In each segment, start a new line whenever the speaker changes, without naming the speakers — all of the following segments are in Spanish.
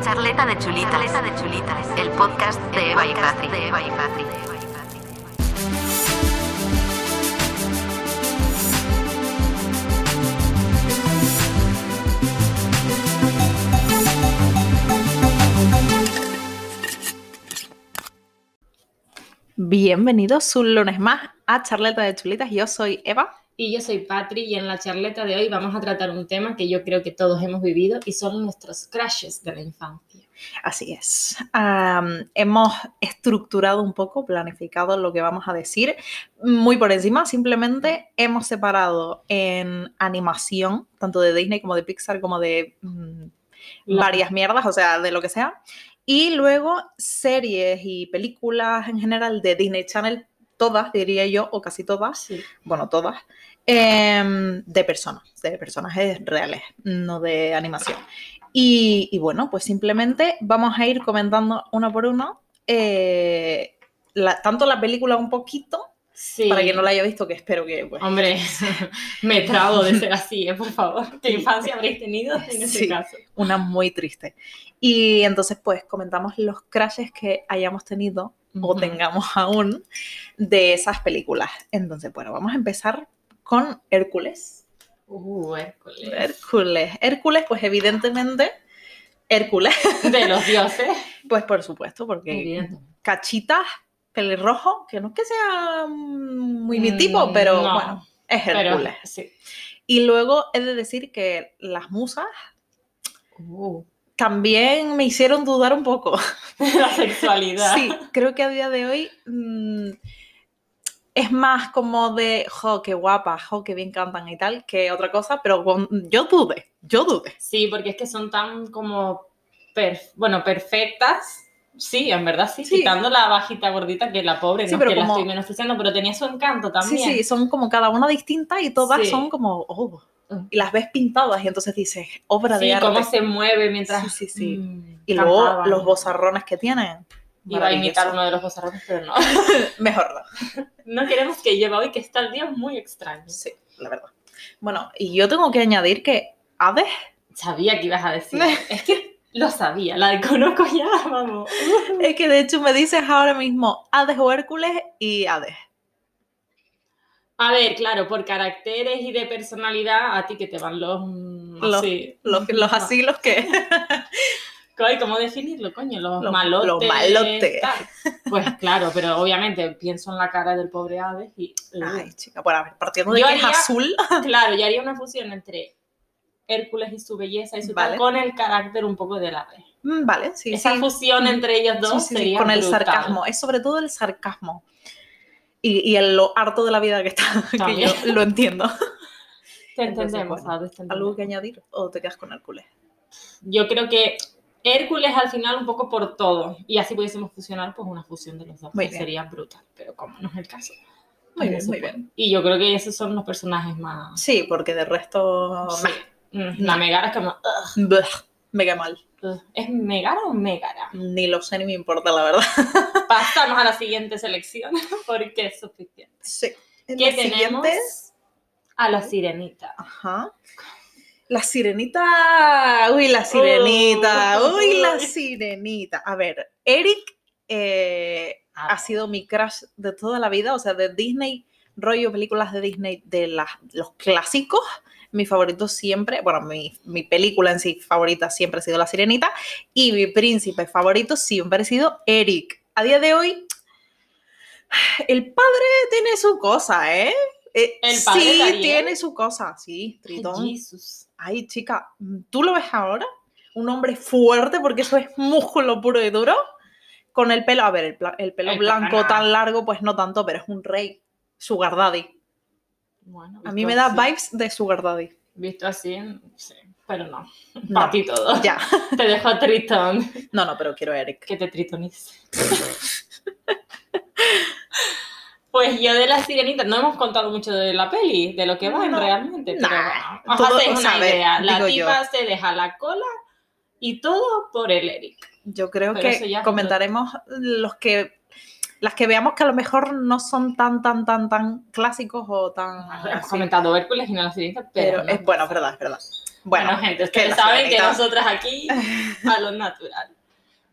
Charleta de chulitas. Charleta de chulitas. El podcast de Eva y Patri. De Eva y Patri.
Bienvenidos un lunes más a Charleta de Chulitas. Yo soy Eva.
Y yo soy Patri y en la charleta de hoy vamos a tratar un tema que yo creo que todos hemos vivido y son nuestros crashes de la infancia.
Así es. Um, hemos estructurado un poco, planificado lo que vamos a decir. Muy por encima, simplemente hemos separado en animación, tanto de Disney como de Pixar, como de mm,
La-
varias mierdas, o sea, de lo que sea. Y luego series y películas en general de Disney Channel, todas, diría yo, o casi todas
Sí.
bueno, todas, em, de personas, de personajes reales, no de animación. Y, y bueno, pues simplemente vamos a ir comentando una por una, eh, la- tanto la película un poquito,
Sí.
para quien no la haya visto, que espero que... pues,
Hombre, me trago de ser así, ¿eh? por favor. ¿Qué infancia habréis tenido en ese
Sí.
caso?
una muy triste. Y entonces pues comentamos los crashes que hayamos tenido o
Ujú.
tengamos aún de esas películas. Entonces, bueno, vamos a empezar con Hércules.
Uh, Hércules.
Hércules. Hércules, pues evidentemente, Hércules,
De los dioses.
pues por supuesto, porque
Evidentemente.
cachitas, pelirrojo, que no es que sea mm, muy mi
Mm,
tipo, pero
no,
bueno, es
Pero,
Hércules.
sí.
Y luego he de decir que las musas
Uh,
también me hicieron dudar un poco.
la sexualidad.
Sí, creo que a día de hoy mm, es más como de, jo, qué guapa, jo, qué bien cantan y tal, que otra cosa, pero con- yo dudé, yo dudé.
Sí, porque es que son tan como, per- bueno, perfectas. Sí, en verdad sí,
Sí.
quitando la bajita gordita que la pobre,
Sí,
no es
pero
que
como-
la estoy menospreciando, pero tenía su encanto también.
Sí, sí, son como cada una distinta y todas
Sí.
son como, oh,
Mm.
y las ves pintadas y entonces dices, obra
Sí,
de arte.
cómo se mueve mientras...
Sí, sí, sí.
Mm,
Y luego
cantaban.
los bozarrones que tienen.
Iba a
Maravilloso.
imitar uno de Mm. los bozarrones, pero no.
Mejor no.
No queremos que lleva hoy, que está el día muy extraño.
Sí, la verdad. Bueno, y yo tengo que añadir que Hades,
Sabía que ibas a decir. es que lo sabía, la conozco ya, vamos.
es que de hecho me dices ahora mismo Hades o Hércules y Hades.
A ver, claro, por caracteres y de personalidad, a ti que te van los... mm,
Los-
sí.
Los, los así, los que...
Ay, ¿Cómo definirlo, coño? Los,
Los-
malotes.
los malotes.
tal. Pues claro, pero obviamente pienso en la cara del pobre Hades y... uh,
Ay, chica, bueno, a ver, partiendo de
Yo
que es
haría-
azul,
Claro, yo haría una fusión entre Hércules y su belleza y su tal,
Vale.
con el carácter un poco del Hades.
mm, vale, sí,
Esa
sí.
fusión entre ellas
Sí,
dos
sí, sí,
sería
con el
brutal.
sarcasmo, es sobre todo el sarcasmo. Y, y el lo harto de la vida que está, que
También.
yo lo entiendo.
Te
Entonces,
entendemos,
bueno,
Hades, te entendemos.
¿Algo que añadir o te quedas con Hércules?
Yo creo que Hércules al final un poco por todo. Y así pudiésemos fusionar pues una fusión de los dos.
Muy
que
bien.
sería brutal, pero como no es el caso.
Muy
no
bien,
se
muy
puede.
bien.
Y yo creo que esos son los personajes más...
Sí, porque de resto
Sí. Mm, La Megara es como...
bleh, me cae mal.
"Ugh, ¿Es Megara o Megara?
Ni lo sé ni me importa, la verdad.
Pasamos a la siguiente selección porque es suficiente.
Sí. En
¿Qué
la
tenemos?
siguiente-
A la sirenita.
Ajá. La sirenita. Uy, la sirenita.
Oh.
Uy, la sirenita. A ver, Eric eh,
Ah,
ha sido mi crush de toda la vida, o sea, de Disney, rollo películas de Disney, de las, los clásicos. Mi favorito siempre, bueno, mi, mi película en sí favorita siempre ha sido La Sirenita y mi príncipe favorito siempre ha sido Eric. A día de hoy, el padre tiene su cosa, ¿eh? Eh,
El padre
sí,
de Ariel.
tiene su cosa, sí, Tritón.
Jesús.
Ay, chica, ¿tú lo ves ahora? Un hombre fuerte, porque eso es músculo puro y duro, con el pelo, a ver, el, pla- el pelo
El
blanco
pelo-
tan largo, pues no tanto, pero es un rey. Sugar Daddy.
Bueno,
A
visto
mí me da
así-
vibes de Sugar Daddy.
Visto así, sí. Pero no.
No,
Para ti todo.
ya.
Te dejo a Tritón.
No, no, pero quiero a Eric.
que te tritonice. pues yo de la sirenita, no hemos contado mucho de la peli, de lo que va en
No,
realmente, pero
nah,
bueno, os
todo
hacéis
lo
una
sabe,
idea. La
digo yo.
tipa se deja la cola y todo por el Eric.
Yo creo
Pero eso
que
ya es
comentaremos los que las que veamos que a lo mejor no son tan tan tan tan clásicos o tan
Hemos
así,
comentado Hércules y no la sirenita, pero,
Ah, pero es
no.
bueno, es verdad, es verdad.
Bueno,
Bueno,
gente,
que
ustedes
la
saben que
sirenita.
nosotras aquí a lo natural.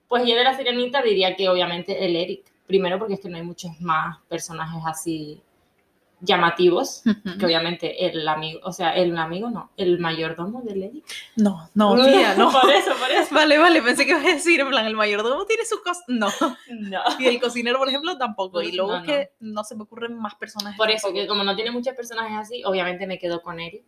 Pues yo de la sirenita diría que obviamente el Eric. Primero porque es que no hay muchos más personajes así llamativos. Que obviamente el amigo, o sea, el amigo no, el mayordomo del Eric.
no, no, tía, no.
por eso, por eso.
Vale, vale, pensé que ibas a decir, en plan, el mayordomo tiene sus cosas. No.
No.
Y el cocinero, por ejemplo, tampoco. Y
No,
luego
no.
que no se me ocurren más personajes.
Por eso, que
tampoco.
como no tiene muchos personajes así, obviamente me quedo con Eric.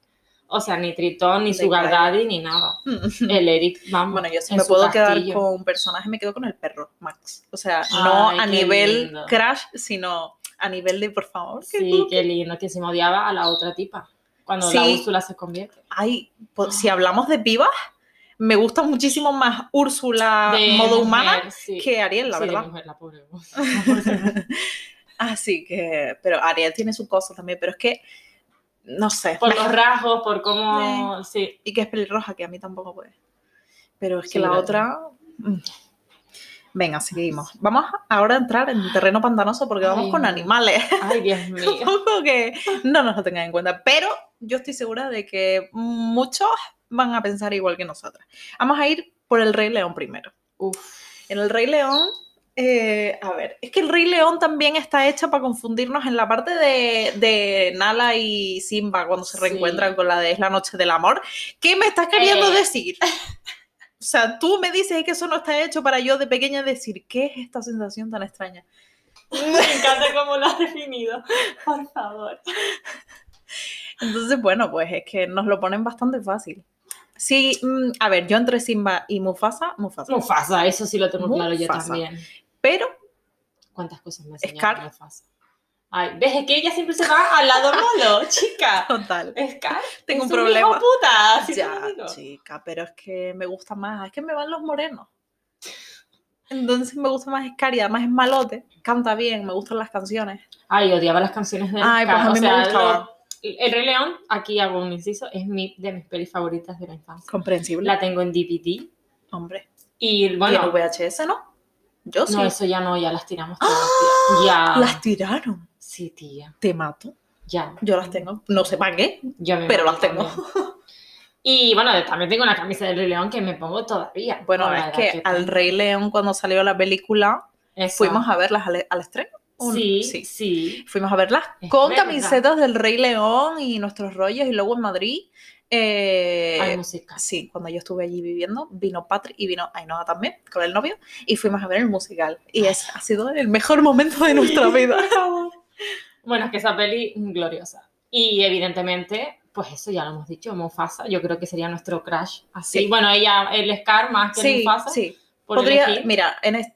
O sea, ni Tritón, ni
De
Sugar
acuerdo.
Daddy, ni nada. El Eric, vamos.
Mm. Bueno, yo si
en
me
su
puedo quedar
castillo.
con un personaje, me quedo con el perro, Max. O sea, no
Ay,
a
qué
nivel
lindo.
crash, sino a nivel de, por favor, que
Sí, qué lindo, que se me odiaba a la otra tipa. Cuando la
Sí.
Úrsula se convierte.
Ay,
Ah.
po- si hablamos de pibas, me gusta muchísimo más Úrsula
De
Ah, modo
mujer,
humana
sí.
que Ariel, la
Sí, de
verdad.
mujer, la pobre.
Así que, pero Ariel tiene su cosa también, pero es que, no sé.
Por los rasgos, por cómo. Sí.
Y que es pelirroja, que a mí tampoco puede. Pero es que
Sí,
la
verdad.
otra... mm. Venga, seguimos. Vamos ahora a entrar en terreno pantanoso porque vamos
Ay,
con
no.
animales.
Ay, Dios mío.
Tampoco que no nos lo tengan en cuenta. Pero yo estoy segura de que muchos van a pensar igual que nosotras. Vamos a ir por el Rey León primero.
Uf.
En el Rey León, eh, a ver, es que el Rey León también está hecha para confundirnos en la parte de, de Nala y Simba cuando se
Sí.
reencuentran con la de Es la Noche del Amor. ¿Qué me estás queriendo
Eh.
decir? O sea, tú me dices que eso no está hecho para yo de pequeña decir, ¿qué es esta sensación tan extraña?
Me encanta cómo lo has definido. Por favor.
Entonces, bueno, pues es que nos lo ponen bastante fácil. Sí, mm, a ver, yo entre Simba y Mufasa, Mufasa.
Mufasa, eso sí lo tengo claro yo
Mufasa.
también.
Pero
¿Cuántas cosas me
Scar.
enseñaron Mufasa? Ay, ves es que ella siempre se va al lado malo, chica.
total.
Scar,
Tengo
es
un problema.
hijo puta, así te
Ya,
lo digo.
chica, pero es que me gusta más. Es que me van los morenos. Entonces me gusta más Scar y además es malote. Canta bien, me gustan las canciones.
Ay, odiaba las canciones de
Ay,
Scar,
pues a
o
mí me
sea,
gustaban.
lo- El Rey León, aquí hago un inciso, es mi, de mis pelis favoritas de la infancia.
Comprensible.
La tengo en DVD.
Hombre.
Y
Bueno,
bueno,
VHS, ¿no? Yo sí. ¡Ah!
no, eso ya no, ya las tiramos todas. tía. Ya.
Las tiraron.
Sí, tía,
Te mato.
ya.
Yo las tengo. No sé para qué,
Yo me
pero
mato
las tengo.
también. Y bueno, de- también tengo una camisa del Rey León que me pongo todavía.
Bueno,
con la
es
edad
que
tengo.
al Rey León cuando salió la película,
Eso.
fuimos a verlas al, al estreno. Un-
Sí, sí, sí.
Fuimos a verlas
Es
con
verdad.
camisetas del Rey León y nuestros rollos y luego en Madrid. eh,
Hay música.
sí, cuando yo estuve allí viviendo, vino Patrick y vino Ainhoa también con el novio y fuimos a ver el musical. Y
Ah.
ese ha sido el mejor momento de nuestra vida.
Bueno, es que esa peli mm, gloriosa. Y evidentemente, pues eso ya lo hemos dicho, Mufasa, yo creo que sería nuestro crush. Así,
Sí.
bueno, ella, el Scar más que
Sí,
Mufasa.
sí.
por
Podría-
elegir.
mira, en es-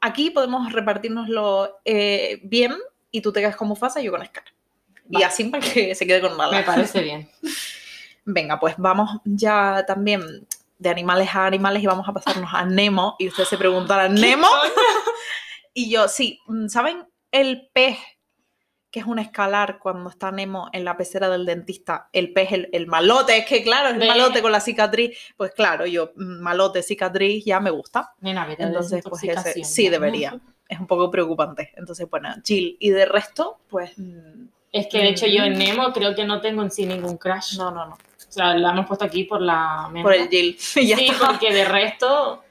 aquí podemos repartirnoslo eh, bien y tú te quedas con Mufasa y yo con Scar. Y
Va.
así para que se quede con Nala.
Me parece bien.
Venga, pues vamos ya también de animales a animales y vamos a pasarnos a Nemo. Y ustedes se preguntarán, ¿Nemo? Y yo, sí, mm, ¿saben el pez que es un escalar cuando está Nemo en la pecera del dentista? El pez, el, el malote, es que claro, es el
Ve.
malote con la cicatriz. Pues claro, yo, mm, malote, cicatriz, ya me gusta.
Nena, vete a
Entonces, pues ese,
desintoxicación,
sí
ya.
debería. Es un poco preocupante. Entonces, bueno, chill. Y de resto, pues mm,
Es que de hecho yo en Nemo creo que no tengo en sí ningún crush.
no, no, no.
O sea, la hemos puesto aquí por la
Por el chill. Y ya
Sí,
está.
porque de resto,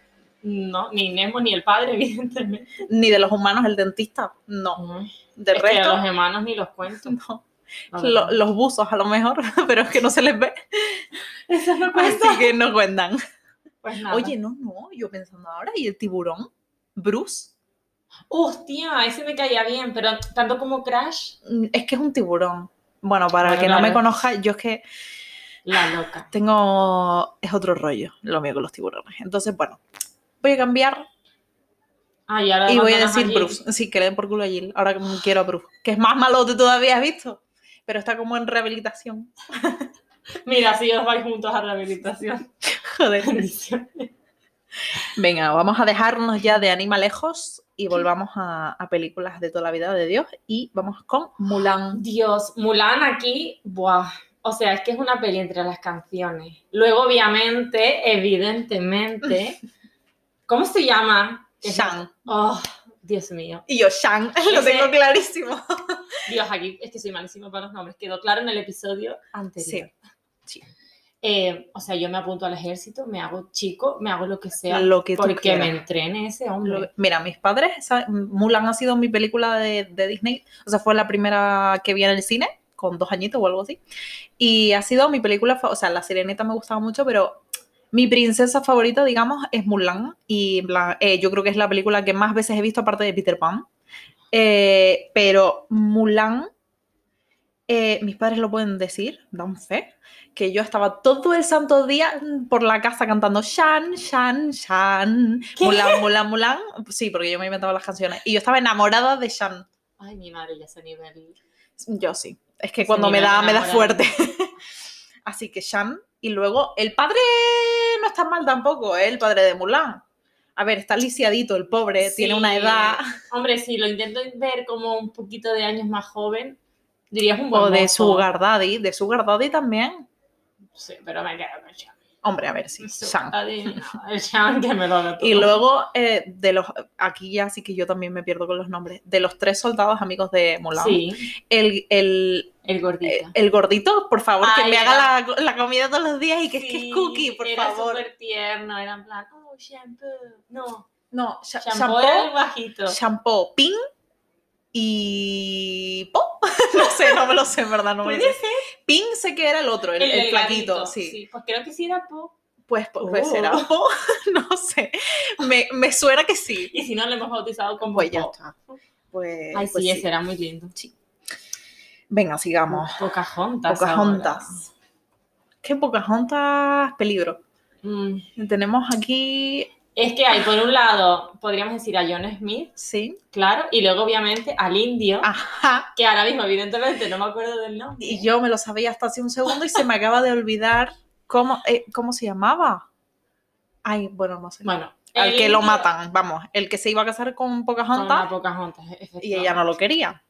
no, ni Nemo ni el padre, evidentemente.
Ni de los humanos el dentista, no. De
pues. Es que a
resto,
los hermanos ni los cuento.
no.
la
Lo-
verdad.
los buzos a lo mejor, pero es que no se les ve.
Eso Pues no cuento.
Así que no cuentan.
Pues nada.
Oye, no, no, yo pensando ahora, ¿y el tiburón? ¿Bruce?
Hostia, ese me caía bien, pero tanto como Crash,
Mm, Es que es un tiburón. Bueno, para el
Bueno,
que no me
claro.
conozca, yo es que
la loca.
tengo... es otro rollo lo mío con los tiburones. Entonces, bueno, voy a cambiar
Ah, y ahora
y voy a
abandonamos
decir
allí.
Bruce. Sí, que le den por culo a Jill. Ahora que quiero a Bruce. Que es más malote todavía, ¿has visto? Pero está como en rehabilitación.
Mira, si os vais juntos a rehabilitación.
Joder. Venga, vamos a dejarnos ya de animalejos y volvamos a, a películas de toda la vida de Dios y vamos con Mulan.
Dios, Mulan aquí, buah. O sea, es que es una peli entre las canciones. Luego, obviamente, evidentemente, ¿cómo se llama? Es-
Shang.
Oh, Dios mío.
Y yo, Shang, lo
Ese-
tengo clarísimo.
Dios, aquí es que soy malísima para los nombres. Quedó claro en el episodio anterior.
Sí.
eh, o sea, yo me apunto al ejército, me hago chico, me hago lo que sea,
Lo que tú
porque
quieras.
me entrene ese hombre.
Lo- Mira, mis padres, esa- Mulan ha sido mi película de, de Disney, o sea, fue la primera que vi en el cine, con dos añitos o algo así, y ha sido mi película, fa- o sea, La Sirenita me gustaba mucho, pero mi princesa favorita, digamos, es Mulan, y en plan, eh, yo creo que es la película que más veces he visto aparte de Peter Pan, Eh, pero Mulan, eh, mis padres lo pueden decir, dan fe, que yo estaba todo el santo día por la casa cantando Shan, Shan, Shan,
¿Qué?
Mulan, Mulan, Mulan. Sí, porque yo me inventaba las canciones. Y yo estaba enamorada de Shan.
Ay, mi madre, ya ese nivel.
Yo sí. Es que
Ese
cuando me
nivel
da,
de
me da
enamorada.
fuerte. Así que Shan. Y luego el padre no está mal tampoco, ¿eh? el padre de Mulan. A ver, está lisiadito el pobre, tiene una
Sí.
edad.
Hombre, si lo intento ver como un poquito de años más joven, dirías un buen
O de
mozo.
Sugar Daddy, de Sugar Daddy también.
Sí, pero me quedo con Sean.
Hombre, a ver, sí, Shan.
El Sean que me lo haga todo.
Y luego, eh, de los, aquí ya sí que yo también me pierdo con los nombres, de los tres soldados amigos de Mulan,
Sí,
el, el,
el gordito.
eh, el gordito, por favor, que
Ay,
me
era-
haga la, la comida todos los días y que, es que
Sí,
es cookie, por
era
favor.
súper tierno, era en plan, oh, shampoo. No,
No, sha-
shampoo,
shampoo,
era el bajito.
shampoo, pin y pop. no sé, no me lo sé, en verdad, no me lo
Puede
sé.
ser
Pin sé que era el otro, el, el
delgadito,
flaquito, sí.
Pues creo que sí era Po.
Pues, pues, pues
Oh.
será po, no sé. Me, me suena que sí.
Y si no, lo hemos bautizado como
Pues ya
Po.
está. Pues,
Ay,
pues
sí,
sí.
ese era muy lindo.
Venga, sigamos.
Pocahontas.
Pocahontas. Qué Pocahontas peligro.
ahora. Mm.
Tenemos aquí,
Es que hay, por un lado, podríamos decir a John Smith,
sí,
claro, y luego, obviamente, al indio,
ajá.
que ahora mismo, evidentemente, no me acuerdo del nombre.
Ah. Y yo me lo sabía hasta hace un segundo y se me acaba de olvidar cómo, eh, cómo se llamaba. Ay, bueno, no sé.
Bueno,
Al
el
que lo
indio-
matan, vamos. El que se iba a casar con
Con la
Pocahontas
Pocahontas,
y ella no lo quería.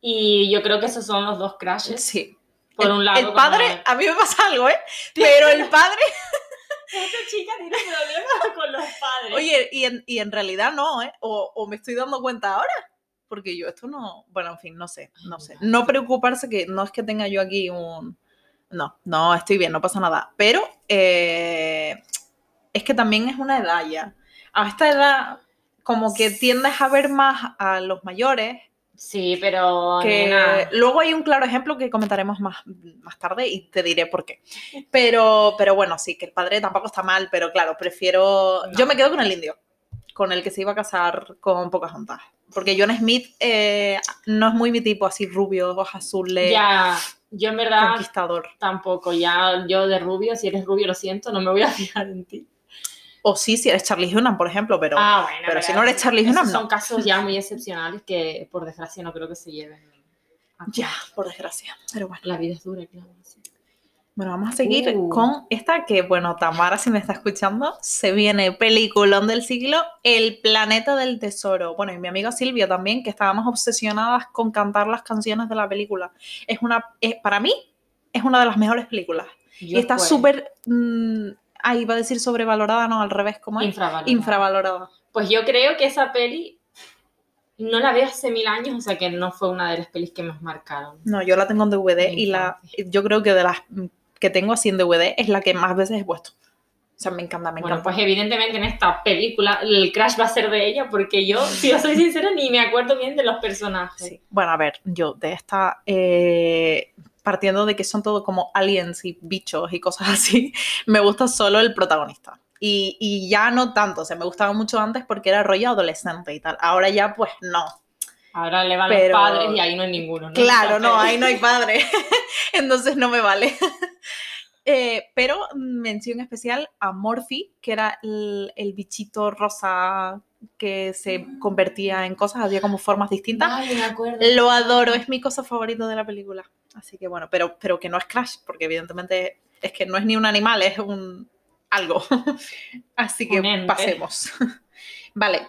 Y yo creo que esos son los dos crashes.
Sí.
Por
el,
un lado.
El
como-
padre, a mí me pasa algo, ¿eh? Pero el padre,
Esta chica tiene problemas con los padres.
oye, y en, y en realidad no, ¿eh? O, o me estoy dando cuenta ahora. Porque yo esto no, bueno, en fin, no sé, no sé. No preocuparse que no es que tenga yo aquí un... No, no, estoy bien, no pasa nada. Pero eh, es que también es una edad ya. A esta edad como que tiendes a ver más a los mayores
Sí, pero.
que
nena,
luego hay un claro ejemplo que comentaremos más, más tarde y te diré por qué. Pero, pero bueno, sí, que el padre tampoco está mal, pero claro, prefiero...
No.
Yo me quedo con el indio, con el que se iba a casar con Pocahontas. Porque John Smith eh, no es muy mi tipo, así rubio, ojos azules,
Ya, yo en verdad
conquistador.
tampoco. Ya, yo de rubio, si eres rubio, lo siento, no me voy a fijar en ti.
O sí, si eres Charlie Hunnam, por ejemplo, pero...
ah, bueno.
pero si no eres Charlie
esos
Hunnam,
Son
no.
casos ya muy excepcionales que, por desgracia, no creo que se lleven. a
Ya, por desgracia. Pero bueno.
La vida es dura, claro. sí.
Bueno, vamos a seguir
Uh.
con esta que, bueno, Tamara, si me está escuchando, se viene peliculón del siglo, El planeta del tesoro. Bueno, y mi amiga Silvia también, que estábamos obsesionadas con cantar las canciones de la película. Es una, es- para mí, es una de las mejores películas. y
Yo
está
fue
súper, mm, ah, iba a decir sobrevalorada, no, al revés, ¿cómo es?
infravalorada.
Infravalorada.
Pues yo creo que esa peli no la veo hace mil años, o sea que no fue una de las pelis que más marcaron.
No, yo la tengo en DVD y la, yo creo que de las mm, que tengo así en DVD es la que más veces he puesto. O sea, me encanta, me
Bueno,
encanta.
pues evidentemente en esta película el crash va a ser de ella, porque yo, si yo soy sincera, ni me acuerdo bien de los personajes.
Sí. Eh, Bueno, a ver, yo de esta, eh, partiendo de que son todo como aliens y bichos y cosas así, me gusta solo el protagonista. Y, y ya no tanto, o sea, me gustaba mucho antes porque era rollo adolescente y tal. Ahora ya, pues no.
Ahora le van
Pero-
los padres y ahí no hay ninguno. ¿no?
Claro, no,
Entonces,
ahí no hay padre. Entonces no me vale. Eh, pero mención especial a Morphy, que era el, el bichito rosa que se convertía en cosas, había como formas distintas.
Ay, me acuerdo.
Lo adoro, es mi cosa favorita de la película. Así que bueno, pero, pero que no es Crash, porque evidentemente es que no es ni un animal, es un algo. Así que
Un ente.
pasemos. Vale.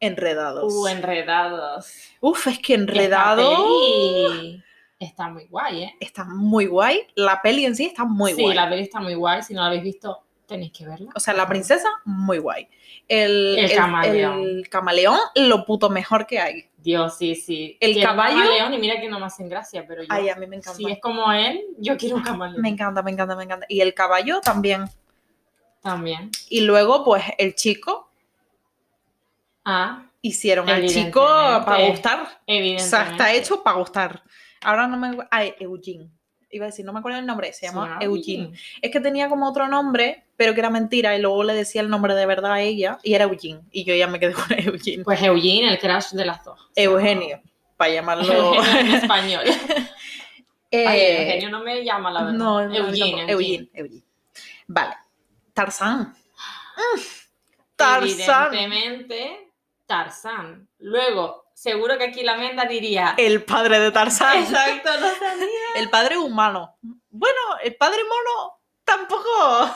Enredados.
Uh, enredados.
Uf, es que
Esta
enredado
peli Está muy guay, ¿eh?
está muy guay. La peli en sí está muy
sí,
guay.
la peli está muy guay. Si no la habéis visto, tenéis que verla.
O sea, la princesa, muy guay. El,
El camaleón.
el camaleón, lo puto mejor que hay.
Dios, sí, sí.
El
Quiero un
caballo-
camaleón, y mira que no me hacen gracia, pero yo.
Ay, a mí me encanta.
si es como él, yo quiero un camaleón.
Me encanta, me encanta, me encanta. Y el caballo también.
También.
Y luego, pues, el chico.
Ah,
Hicieron al chico para
Evidentemente.
gustar. O
evidentemente.
sea, está hecho para gustar. Ahora no me... Ay, Eugene. Iba a decir, no me acuerdo el nombre. Se llama
llama
Eugene. Es que tenía como otro nombre, pero que era mentira. Y luego le decía el nombre de verdad a ella. Y era Eugene. Y yo ya me quedé con Eugene.
Pues Eugene, el crash de las dos.
Eugenio, para llamarlo.
Eugenio en español.
Eh,
Ay, Eugenio no me llama, la verdad.
no, no,
Eugene.
tampoco. Eugene, Eugene. Vale. Tarzán. Mm, Tarzán.
Evidentemente, Tarzán. Luego, seguro que aquí la menda diría.
El padre de Tarzán.
Exacto, no sabía.
El padre humano. Bueno, el padre mono tampoco.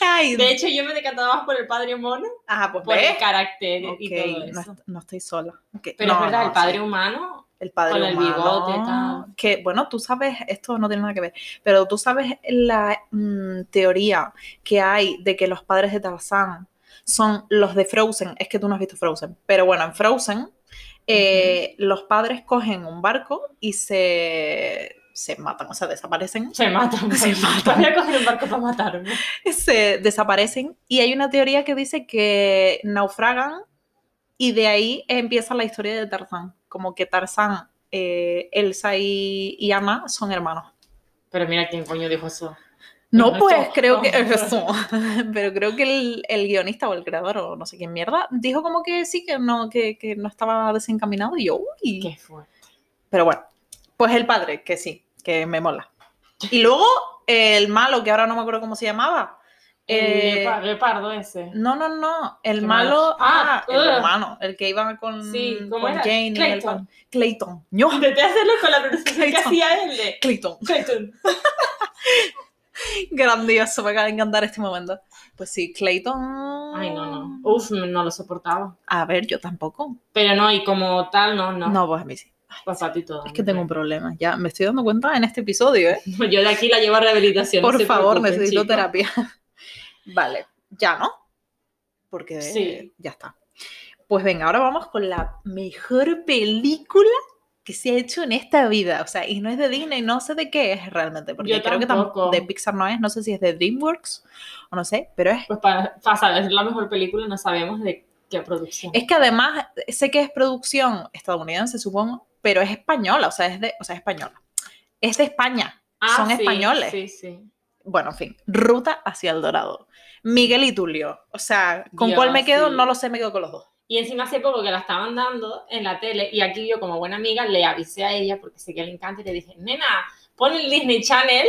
Ay,
De hecho, yo me decantaba más por el padre mono,
ah, pues
por el
ve.
carácter y
Ok,
todo
no,
eso.
est- no estoy sola. Ok,
Pero
no,
es verdad,
no,
el padre
sí.
humano,
El padre
Con el
humano,
bigote, tal.
Que bueno, tú sabes, esto no tiene nada que ver, pero tú sabes la mm, teoría que hay de que los padres de Tarzán son los de Frozen. Es que tú no has visto Frozen, pero bueno, en Frozen eh, los padres cogen un barco y se, se matan, o sea, desaparecen.
se mata.
Se matan.
Voy a coger un barco para matarme.
se desaparecen y hay una teoría que dice que naufragan y de ahí empieza la historia de Tarzán, como que Tarzán, eh, Elsa y, y Anna son hermanos.
Pero mira quién coño dijo eso.
No,
No,
pues
eso.
creo que eso, pero creo que el, el guionista o el creador o no sé quién mierda dijo como que sí, que no, que, que no estaba desencaminado y yo, uy,
¿Qué fue?
pero bueno, pues el padre, que sí, que me mola. Y luego el malo, que ahora no me acuerdo cómo se llamaba.
El
eh,
lepa- leopardo ese.
No, no, no. El
¿Qué
malo.
malo?
Ah,
Ah,
el
ugh.
hermano. El que iba con,
Sí, ¿cómo
mm, con
era?
Jane. y el
Clayton.
pa- Clayton. No,
Intenté hacerlo con la pronunciación que
Clayton.
hacía él de
Clayton.
Clayton.
Grandioso. Me acaba de encantar este momento. Pues sí, Clayton.
Ay, no, no. Uf, no lo soportaba.
A ver, yo tampoco.
Pero no, y como tal, no,
No,
no.
pues a mí sí.
Pues a ti todo.
Es que tengo un problema. Ya me estoy dando cuenta en este episodio, ¿eh?
Yo de aquí la llevo a rehabilitación. no
Por
se
favor,
preocupen,
necesito
chicos.
terapia. Vale, ya, ¿no? Porque
Sí.
ya está. Pues venga, ahora vamos con la mejor película que se ha hecho en esta vida. O sea, y no es de Disney, no sé de qué es realmente, porque
Yo
creo
tampoco.
que tam- de Pixar no es, no sé si es de DreamWorks o no sé, pero es...
Pues para, para saber la mejor película no sabemos de qué producción.
Es que además sé que es producción estadounidense, supongo, pero es española, o sea, es de, o sea, española. Es de España.
Ah,
son
sí,
españoles.
Sí, sí.
bueno, en fin, Ruta hacia el Dorado. Miguel y Tulio. O sea, ¿con
Dios,
cuál me quedo?
sí.
No lo sé, me quedo con los dos.
Y encima hace poco que la estaban dando en la tele y aquí yo como buena amiga le avisé a ella porque sé que le encanta y le dije, nena, pon el Disney Channel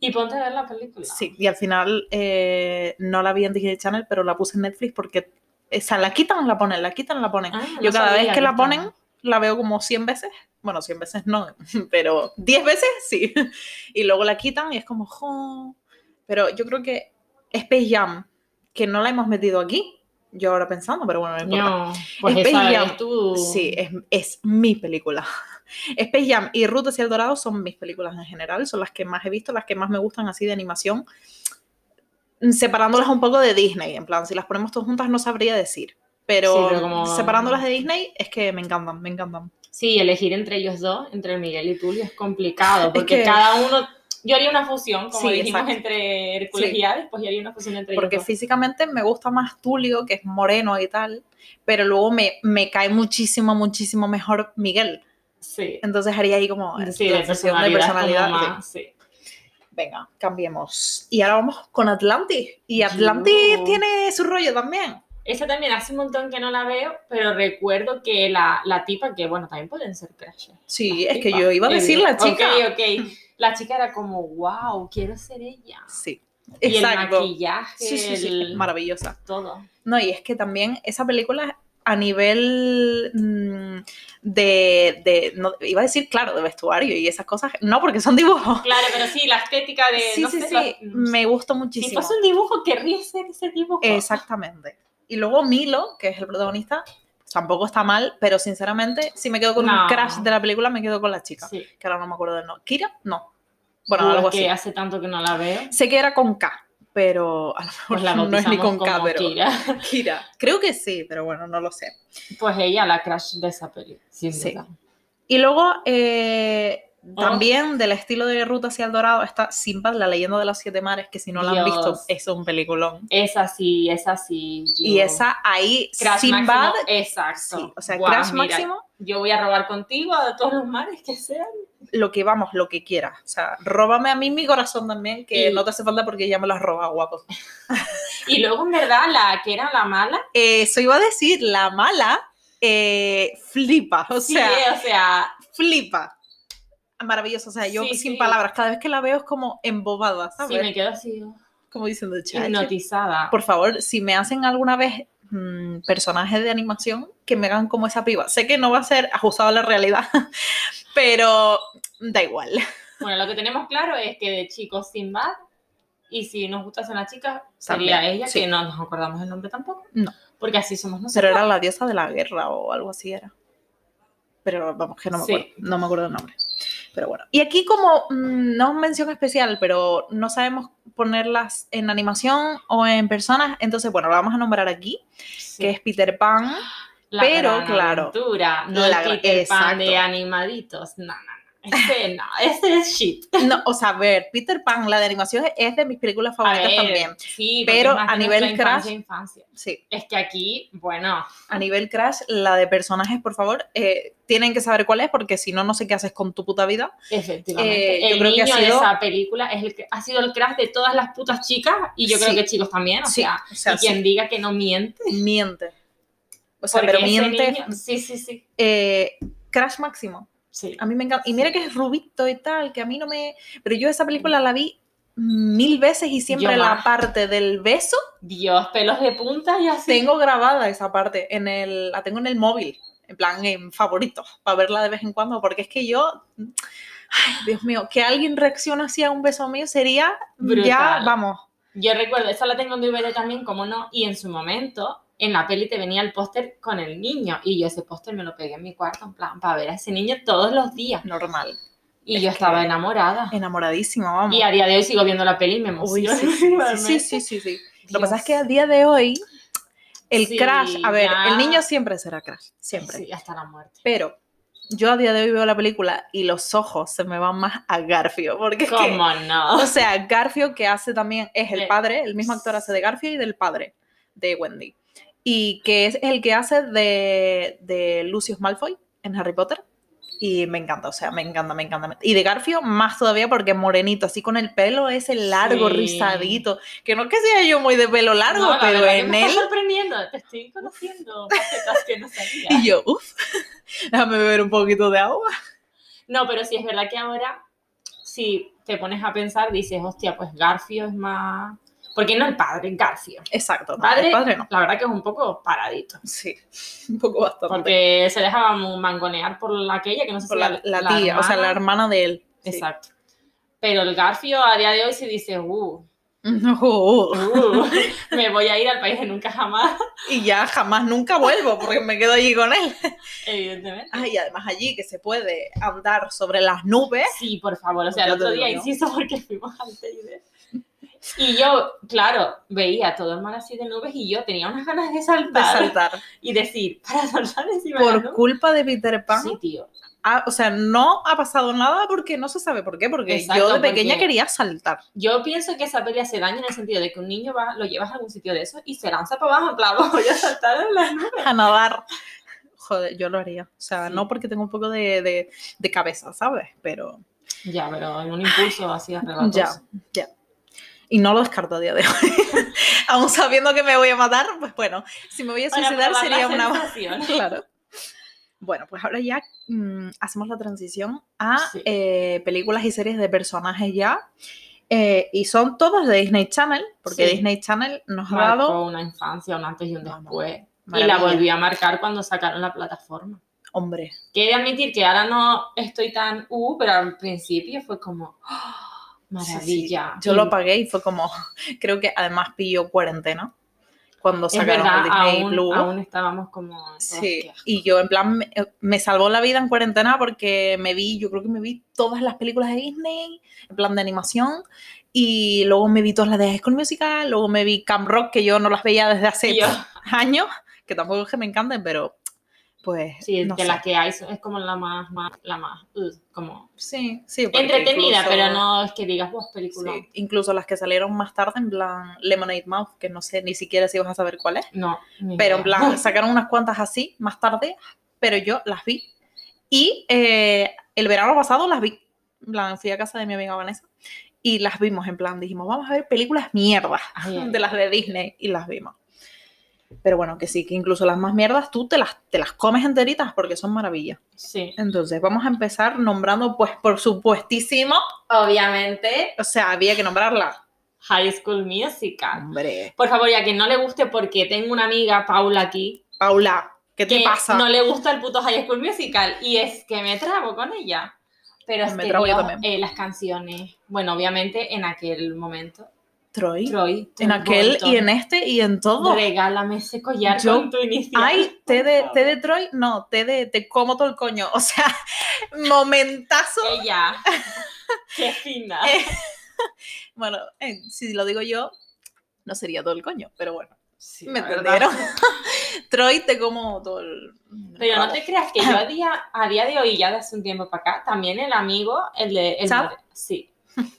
y ponte a ver la película.
Sí, y al final eh, no la vi en Disney Channel, pero la puse en Netflix porque, o sea, la quitan, la ponen, la quitan, la ponen.
Ah, no
Yo cada
sabía
vez que la
estaba.
ponen, la veo como 100 veces. Bueno, 100 veces no, pero 10 veces sí. Y luego la quitan y es como, jo. Pero yo creo que Space Jam, que no la hemos metido aquí, yo ahora pensando, pero bueno, no importa.
No, pues
Space
esa
Jam.
eres tú.
Sí, es, es mi película. Space Jam y Ruta hacia el Dorado son mis películas en general, son las que más he visto, las que más me gustan así de animación, mm, separándolas un poco de Disney, en plan, si las ponemos todas juntas no sabría decir, pero, mm,
Sí, pero como-
separándolas de Disney es que me encantan, me encantan.
Sí, elegir entre ellos dos, entre Miguel y Tulio, es complicado porque
que-
cada uno... Yo haría una fusión, como
Sí,
dijimos,
exacto.
entre Hércules
Sí.
y Hades, pues yo haría una fusión entre
Porque
ellos dos.
físicamente me gusta más Tulio, que es moreno y tal, pero luego me, me cae muchísimo, muchísimo mejor Miguel.
Sí,
Entonces haría ahí como eh,
sí, de
la fusión
personalidad.
de
como
personalidad. sí.
más, sí.
Venga, cambiemos. Y ahora vamos con Atlantis. Y Atlantis
Yo.
tiene su rollo también.
Esa también hace un montón que no la veo, pero recuerdo que la, la tipa, que bueno, también pueden ser ¿eh? crashes.
Sí,
Las
es que
tipas.
yo iba a
Eh,
decir la chica.
Ok, ok. La chica era como, wow, quiero ser ella.
Sí,
Y el
exacto.
maquillaje,
Sí, sí, sí,
el-
maravillosa.
todo.
No, y es que también esa película a nivel mm, de, de- no, iba a decir, claro, de vestuario y esas cosas, no, porque son dibujos.
Claro, pero sí, la estética de.
sí,
Eh, no
sí,
sé,
sí,
la-
me gustó
Si
muchísimo.
fuese un dibujo, querría ser ese dibujo.
Exactamente. Y luego Milo, que es el protagonista, tampoco está mal, pero sinceramente, si me quedo con un
No.
crash de la película, me quedo con la chica.
Sí.
que ahora no me acuerdo del nombre. ¿Kira? No. Bueno,
Yo
algo
es que
así.
hace tanto que no la veo.
Sé que era con K, pero a lo mejor
Pues la
no es ni
bautizamos
con
como
K, pero
Kira.
Kira. Creo que sí, pero bueno, no lo sé.
Pues ella, la crush de esa peli, sin
Sí.
duda.
Y luego, eh,
Oh.
también del estilo de Ruta hacia el Dorado, está Sinbad, la leyenda de los siete mares, que si no la han visto,
Dios.
es un peliculón.
Esa sí, esa sí. yo-
Y esa ahí,
Crash
Sinbad,
Máximo, exacto.
sí, o sea,
Guau,
Crash
mira,
Máximo,
Yo voy a robar contigo a todos los mares que sean.
lo que vamos, lo que quieras. O sea, róbame a mí mi corazón también, que
Y-
no te hace falta porque ya me lo has robado, guapo.
Y luego, en verdad, la que era la mala,
Eh, Eso iba a decir, la mala eh, flipa, o
sí,
sea,
o sea,
flipa. Maravilloso, o sea, yo
Sí,
sin
sí.
palabras, cada vez que la veo es como embobada,
sí,
¿sabes?
me quedo así oh,
Como diciendo, "Chachi".
hipnotizada.
por favor, si me hacen alguna vez mm, personajes de animación, que me hagan como esa piba. Sé que no va a ser ajustado a la realidad, pero da igual.
Bueno, lo que tenemos claro es que de chicos Sinbad, y si nos gustasen las chicas,
También,
sería ella,
sí.
que no nos acordamos el nombre tampoco.
No.
Porque así somos
Pero
nosotros.
era la diosa de la guerra o algo así era. Pero vamos, que no me
Sí.
acuerdo, no me acuerdo el nombre. Pero bueno. Y aquí como mm, no es mención especial, pero no sabemos ponerlas en animación o en personas, entonces bueno, la vamos a nombrar aquí,
Sí.
que es Peter Pan.
La
pero,
gran
claro,
aventura, no
la
el
gran-
Peter Pan
exacto.
de animaditos. No, no, no. Este no, este es shit.
No, o sea, a ver, Peter Pan, la de animación es de mis películas
A
favoritas
ver,
también.
Sí, porque
Pero
es más
a
de
nivel
nuestra
crash-
infancia, infancia.
Sí.
Es que aquí, bueno,
a nivel Crash, la de personajes, por favor, eh, tienen que saber cuál es, porque si no, no sé qué haces con tu puta vida.
efectivamente.
Eh, yo
el
creo que ha
niño de
sido-
esa película es el que ha sido el crash de todas las putas chicas y yo
Sí.
creo que chicos también. O sea,
o sea,
y quien diga que no miente.
sí, miente. O sea,
porque
pero
ese
miente.
niño- sí, sí, sí.
eh, Crash máximo.
sí.
A mí me encanta. Y mira que es rubito y tal, que a mí no me. Pero yo esa película la vi mil veces y siempre
Yo
la
más. Ah,
parte del beso
Dios, pelos de punta y así.
tengo grabada esa parte en el la tengo en el móvil en plan en favoritos para verla de vez en cuando porque es que yo ay, Dios mío que alguien reaccione así a un beso mío sería ya
Brutal.
vamos
Yo recuerdo, esa la tengo en DVD también, como no, y en su momento, en la peli te venía el póster con el niño, y yo ese póster me lo pegué en mi cuarto, en plan, para ver a ese niño todos los días.
normal
Y
Es
yo
que-
estaba enamorada.
enamoradísima vamos
Y a día de hoy sigo viendo la peli y me
Uy,
emociona.
sí, sí, sí, sí, sí, sí. lo que pasa es que a día de hoy el
Sí,
crash a ver
ya.
el niño siempre será crash siempre
Sí, hasta la muerte.
pero yo a día de hoy veo la película y los ojos se me van más a Garfio porque es que-
¿Cómo
O
no?
sea, Garfio que hace también es el
Eh,
padre, el mismo actor hace de Garfio y del padre de Wendy. Y que es el que hace de, de Lucius Malfoy en Harry Potter. Y me encanta, o sea, me encanta, me encanta. Y de Garfio más todavía porque es morenito, así con el pelo ese largo,
Sí.
rizadito. Que no es que sea yo muy de pelo largo,
No, la
pero
verdad que
en
me
él.
está sorprendiendo, te estoy conociendo, facetas que no sabía.
Y yo, uff, déjame beber un poquito de agua.
No, pero sí es verdad que ahora, si te pones a pensar, dices, hostia, pues Garfio es más. ¿Por qué no el padre? Garfio.
Exacto, no,
Padre,
el padre no.
La verdad que es un poco paradito.
Sí, un poco bastante.
Porque se dejaba mu- mangonear por la aquella que no sé
Por
si
la, la tía, o sea, la
hermana.
hermana de él. Sí.
Exacto. Pero el Garfio a día de hoy sí dice, uh,
No.
uh, me voy a ir al país de nunca jamás,
y ya jamás nunca vuelvo porque me quedo allí con él.
evidentemente.
Ay, y además allí que se puede andar sobre las nubes.
Sí, por favor. O sea, el
Ya te
otro
digo
día,
yo.
insisto, porque fuimos al Teide. Y yo, claro, veía a todo el mar así de nubes y yo tenía unas ganas de
De
saltar
saltar.
y decir, para saltar encima de
Por
la nube.
culpa de Peter Pan.
Sí, tío.
ah, o sea, no ha pasado nada porque no se sabe por qué. Porque
Exacto,
yo de pequeña
porque-
quería saltar.
Yo pienso que esa peli hace daño en el sentido de que un niño va, lo llevas a algún sitio de eso y se lanza para abajo, en plan, voy a saltar en la nube.
A nadar. Joder, yo lo haría. O sea,
Sí.
no porque tengo un poco de, de- de cabeza, ¿sabes? Pero
Ya, pero en un impulso así arreglado.
ya, ya. Y no lo descarto a día de hoy. Aún sabiendo que me voy a matar, pues bueno, si me voy a suicidar sería una Claro. Bueno, pues ahora ya mm, hacemos la transición a
Sí.
eh, películas y series de personajes ya. Eh, y son todas de Disney Channel, porque
Sí.
Disney Channel nos ha dado.
Marcó una infancia, un antes y un después. Y
Maravilla.
la volví a marcar cuando sacaron la plataforma.
Hombre,
Que he de admitir que ahora no estoy tan uh, pero al principio fue como ¡ah!
sí, sí.
maravilla.
Yo lo
pagué.
pagué y fue como. Creo que además pilló cuarentena. cuando
Es
sacaron
verdad,
el Disney
aún,
Plus.
aún estábamos como...
Sí,
"Ay, qué
y yo en plan me, me salvó la vida en cuarentena porque me vi, yo creo que me vi todas las películas de Disney, en plan de animación, y luego me vi todas las de High School Musical, luego me vi Camp Rock, que yo no las veía desde hace
Y yo.
años, que tampoco es que me encanten, pero pues
Sí,
no
que
sé.
la que hay son- es como la más, más la más, uh, como
Sí, sí. porque
entretenida,
incluso-
pero no es que digas, vos película.
sí, incluso las que salieron más tarde, en plan Lemonade Mouth, que no sé ni siquiera si vas a saber cuál es.
No. ni
Pero en
idea.
plan, sacaron unas cuantas así más tarde, pero yo las vi. Y eh, el verano pasado las vi. En plan, fui a casa de mi amiga Vanessa y las vimos. En plan, dijimos, vamos a ver películas mierdas
Ay, ay,
de las de Disney y las vimos. Pero bueno, que sí, que incluso las más mierdas tú te las, te las comes enteritas porque son maravillas.
Sí.
Entonces, vamos a empezar nombrando, pues, por supuestísimo,
Obviamente,
o sea, había que nombrarla.
High School Musical.
Hombre,
Por favor, y a quien no le guste, porque tengo una amiga, Paula, aquí,
Paula, ¿qué te
que
pasa?
no le gusta el puto High School Musical, y es que me trabo con ella. Pero es
Me
que
trabo yo
Dios,
también.
eh, las canciones, bueno, obviamente en aquel momento,
Troy,
Troy,
en aquel y en este y en todo.
Regálame ese collar
Yo-
con tu inicial.
Ay, té de,
Por
té de Troy, no, té de te como todo el coño. O sea, momentazo.
favor. Ella. Qué fina.
Eh, Bueno, eh, si lo digo yo, no sería todo el coño, pero bueno,
Sí,
me
la verdad.
entendieron. Troy te como todo el.
Pero no te creas que yo a día, a día de hoy, ya de hace un tiempo para acá, también el amigo, el de. El
¿Chap?
de- sí.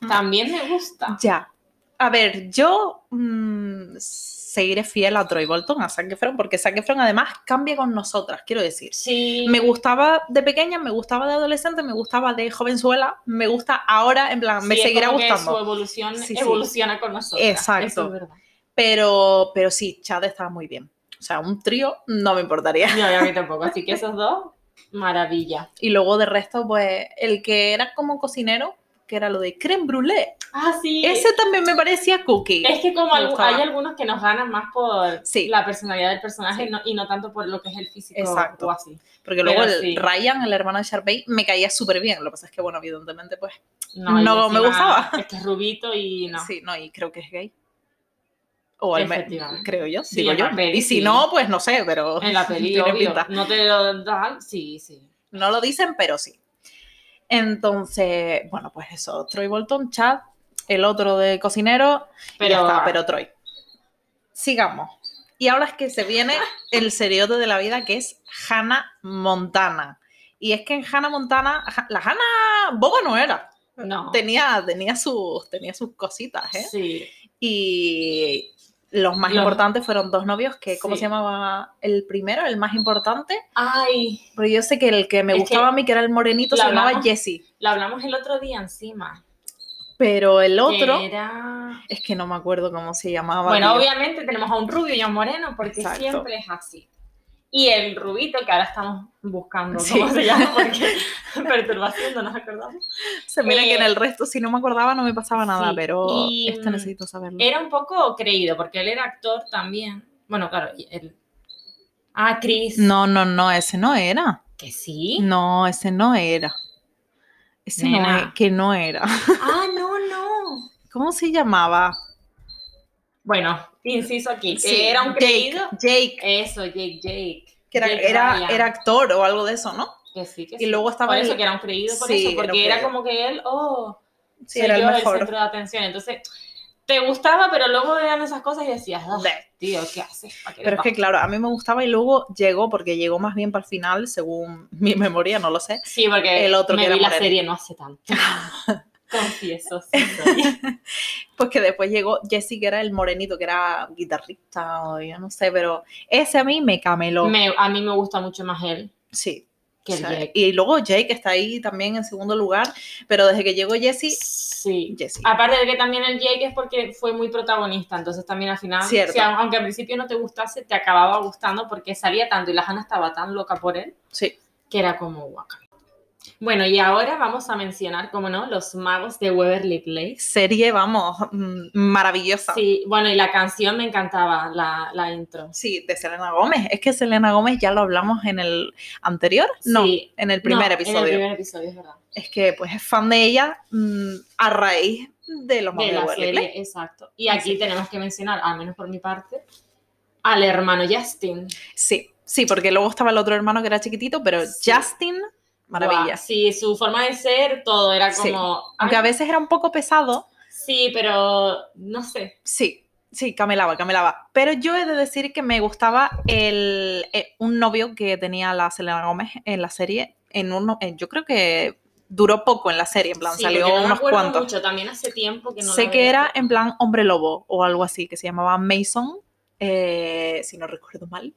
También me gusta.
Ya. A ver, yo mm, seguiré fiel a Troy Bolton, a Zac Efron, porque Zac Efron además cambia con nosotras, quiero decir.
Sí.
Me gustaba de pequeña, me gustaba de adolescente, me gustaba de jovenzuela, me gusta ahora, en plan,
sí,
me
es
seguirá
como que
gustando.
Su evolución
Sí, sí.
evoluciona con nosotros.
Exacto.
Eso es verdad.
Pero, pero sí, Chad estaba muy bien. O sea, un trío no me importaría.
No, y a mí tampoco. Así que esos dos, maravilla.
Y luego de resto, pues, el que era como cocinero, que era lo de creme brûlée.
Ah, sí.
Ese también me parecía cookie.
Es que como
Me
algu-
gustaba.
hay algunos que nos ganan más por
Sí.
la personalidad del personaje
Sí.
no- y no tanto por lo que es el físico
Exacto.
o así.
Porque luego
pero
el
sí.
Ryan, el hermano de Sharpay, me caía súper bien. Lo que pasa es que, bueno, evidentemente, pues,
y
No, me
encima
gustaba.
Es que es rubito y no.
sí, no, y creo que es gay. O al menos,
Efectivamente.
creo yo,
Sí,
digo
en
yo.
la peli,
y si
sí.
no, pues no sé, pero
En la peli,
Tiene
obvio.
pinta.
No te lo dan, sí, sí.
No lo dicen, pero sí. Entonces, bueno, pues eso, Troy Bolton, Chad, el otro de cocinero, pero,
Pero,
pero Troy. Sigamos. Y ahora es que se viene el seriote de la vida que es Hannah Montana. Y es que en Hannah Montana, Ja- la Hannah boba no era.
no.
Tenía, tenía, sus, tenía sus cositas, ¿eh?
Sí.
Y los más
Los-
importantes fueron dos novios que, ¿cómo
Sí.
se llamaba el primero? El más importante.
Ay,
Pero yo sé que el que me
Es que
gustaba a mí, que era el morenito,
lo
se llamaba
hablamos.
Jesse.
lo hablamos el otro día encima.
Pero el
que
otro,
Era...
es que no me acuerdo cómo se llamaba.
Bueno,
tío.
obviamente tenemos a un rubio y a un moreno porque
Exacto.
siempre es así. Y el rubito que ahora estamos buscando,
Sí.
¿cómo se llama? Porque perturbación, no nos acordamos.
Se mira que en
eh,
el resto, si no me acordaba, no me pasaba nada,
sí,
pero
y,
este
mm,
necesito saberlo.
Era un poco creído porque él era actor también. Bueno, claro, y él. Ah, Chris.
No, no, no, ese no era.
Que sí.
No, ese no era. Ese no
Nena.
e- que no era.
Ah, no, no.
¿Cómo se llamaba?
Bueno, inciso aquí.
Sí,
era un
Jake,
creído.
Jake,
Eso, Jake, Jake.
que era,
Jake
era,
Ryan.
era actor o algo de eso, ¿no?
Que sí, que
Y
sí.
luego estaba
Por eso
el-
que era un creído, por
Sí, era
eso,
un
porque era,
creído.
como que él, oh,
Sí,
soy
era el
yo
mejor.
el centro de atención. Entonces, te gustaba, pero luego eran esas cosas y decías, "Ah,
Bleh.
tío, ¿qué haces? ¿Pa' qué le
Pero es que
pago?".
claro, a mí me gustaba y luego llegó, porque llegó más bien para el final, según mi memoria, no lo sé.
Sí, porque
el otro
me
que era
vi la
moreno.
serie no hace tanto. Confieso, sí, soy.
Pues que después llegó Jesse, que era el morenito, que era guitarrista, o yo no sé, pero ese a mí me cameló.
Me- a mí me gusta mucho más él
Sí.
que
o
el
sea,
Jake.
Y luego Jake está ahí también en segundo lugar, pero desde que llegó Jesse,
Sí.
Jesse.
Aparte de que también el Jake es porque fue muy protagonista, entonces también al final,
Cierto.
si a- aunque al principio no te gustase, te acababa gustando porque salía tanto y la Hannah estaba tan loca por él
Sí.
que era como guaca. Bueno, y ahora vamos a mencionar, como no, los magos de Waverly Place.
Serie, vamos, mm, maravillosa. Sí.
Sí, bueno, y la canción me encantaba, la, la intro.
de Selena Gómez. Es que Selena Gómez ya lo hablamos en el anterior, no,
Sí.
en el primer
No,
episodio.
En el primer episodio, es verdad.
Es que pues es fan de ella mm, a raíz de los
De
Magos
la
de Waverly
serie,
Place.
exacto. Y aquí tenemos que mencionar, al menos por mi parte, al hermano Justin.
Sí, sí, porque luego estaba el otro hermano que era chiquitito, pero
Sí.
Justin, maravilla.
Guau, sí, su forma de ser, todo era
Sí.
como.
Aunque
"Ay,
a veces era un poco pesado,
Sí, pero no sé.
sí, sí, camelaba, camelaba. Pero yo he de decir que me gustaba el, eh, un novio que tenía la Selena Gómez en la serie. En uno, en- yo creo que duró poco en la serie, en plan,
Sí,
salió
porque no me
unos
acuerdo
cuantos.
mucho, también hace tiempo que no
sé
la
que
veía.
era en plan hombre lobo o algo así, que se llamaba Mason, eh, si no recuerdo mal.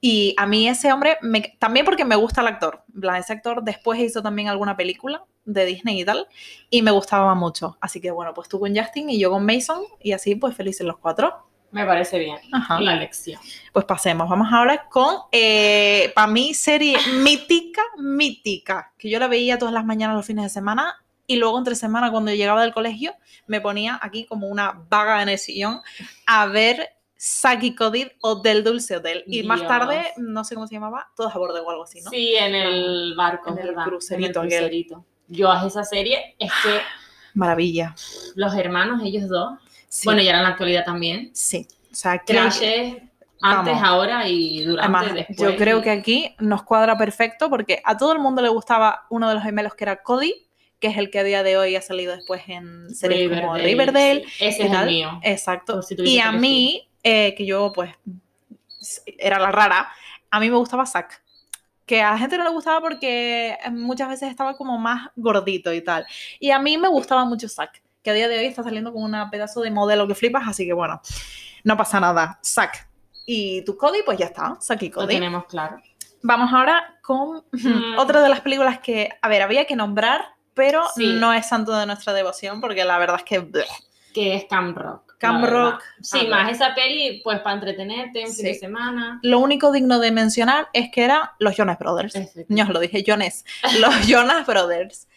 Y a mí ese hombre, me- también porque me gusta el actor, en plan, ese actor después hizo también alguna película de Disney y tal, y me gustaba mucho. Así que bueno, pues tú con Justin y yo con Mason, y así pues felices los cuatro.
Me parece bien.
Ajá.
La lección.
Pues pasemos, vamos ahora con, para mí, serie mítica, mítica, que yo la veía todas las mañanas los fines de semana y luego entre semana cuando llegaba del colegio me ponía aquí como una vaga en el sillón a ver Saki Cody o Del Dulce Hotel. Y más
Dios.
tarde, no sé cómo se llamaba, todos a bordo o algo así, ¿no?
Sí, en el barco,
Ah, En el
¿verdad?
crucerito
En el
aquel.
crucerito. Yo a esa serie es que
Maravilla.
los hermanos, ellos dos,
Sí,
bueno, ya eran en la actualidad también,
sí. O sea, creo que-
crashes antes,
Vamos.
ahora y durante,
Además,
después.
yo creo
y-
que aquí nos cuadra perfecto porque a todo el mundo le gustaba uno de los gemelos que era Cody, que es el que a día de hoy ha salido después en series como Riverdale.
sí. Ese
y
es el
tal.
mío.
Exacto.
Por si tuviese
y a
que
mí, eh, que yo pues era la rara, a mí me gustaba Zack. Que a la gente no le gustaba porque muchas veces estaba como más gordito y tal. Y a mí me gustaba mucho Zack, que a día de hoy está saliendo con una pedazo de modelo que flipas, así que bueno, no pasa nada. Zack. Y tu Cody, pues ya está, Zack y
Lo
Cody.
tenemos claro.
Vamos ahora con
Mm.
otra de las películas que, a ver, había que nombrar, pero
Sí.
no es santo de nuestra devoción, porque la verdad es que bleh,
Que es Cam Rock. la
Camp
verdad.
Rock,
Sí,
a
más
ver.
esa peli, pues para entretenerte un fin de
Sí.
semana.
lo único digno de mencionar es que eran los Jonas Brothers.
Efectivamente.
Yo os lo dije, Jones. Los Jonas Brothers.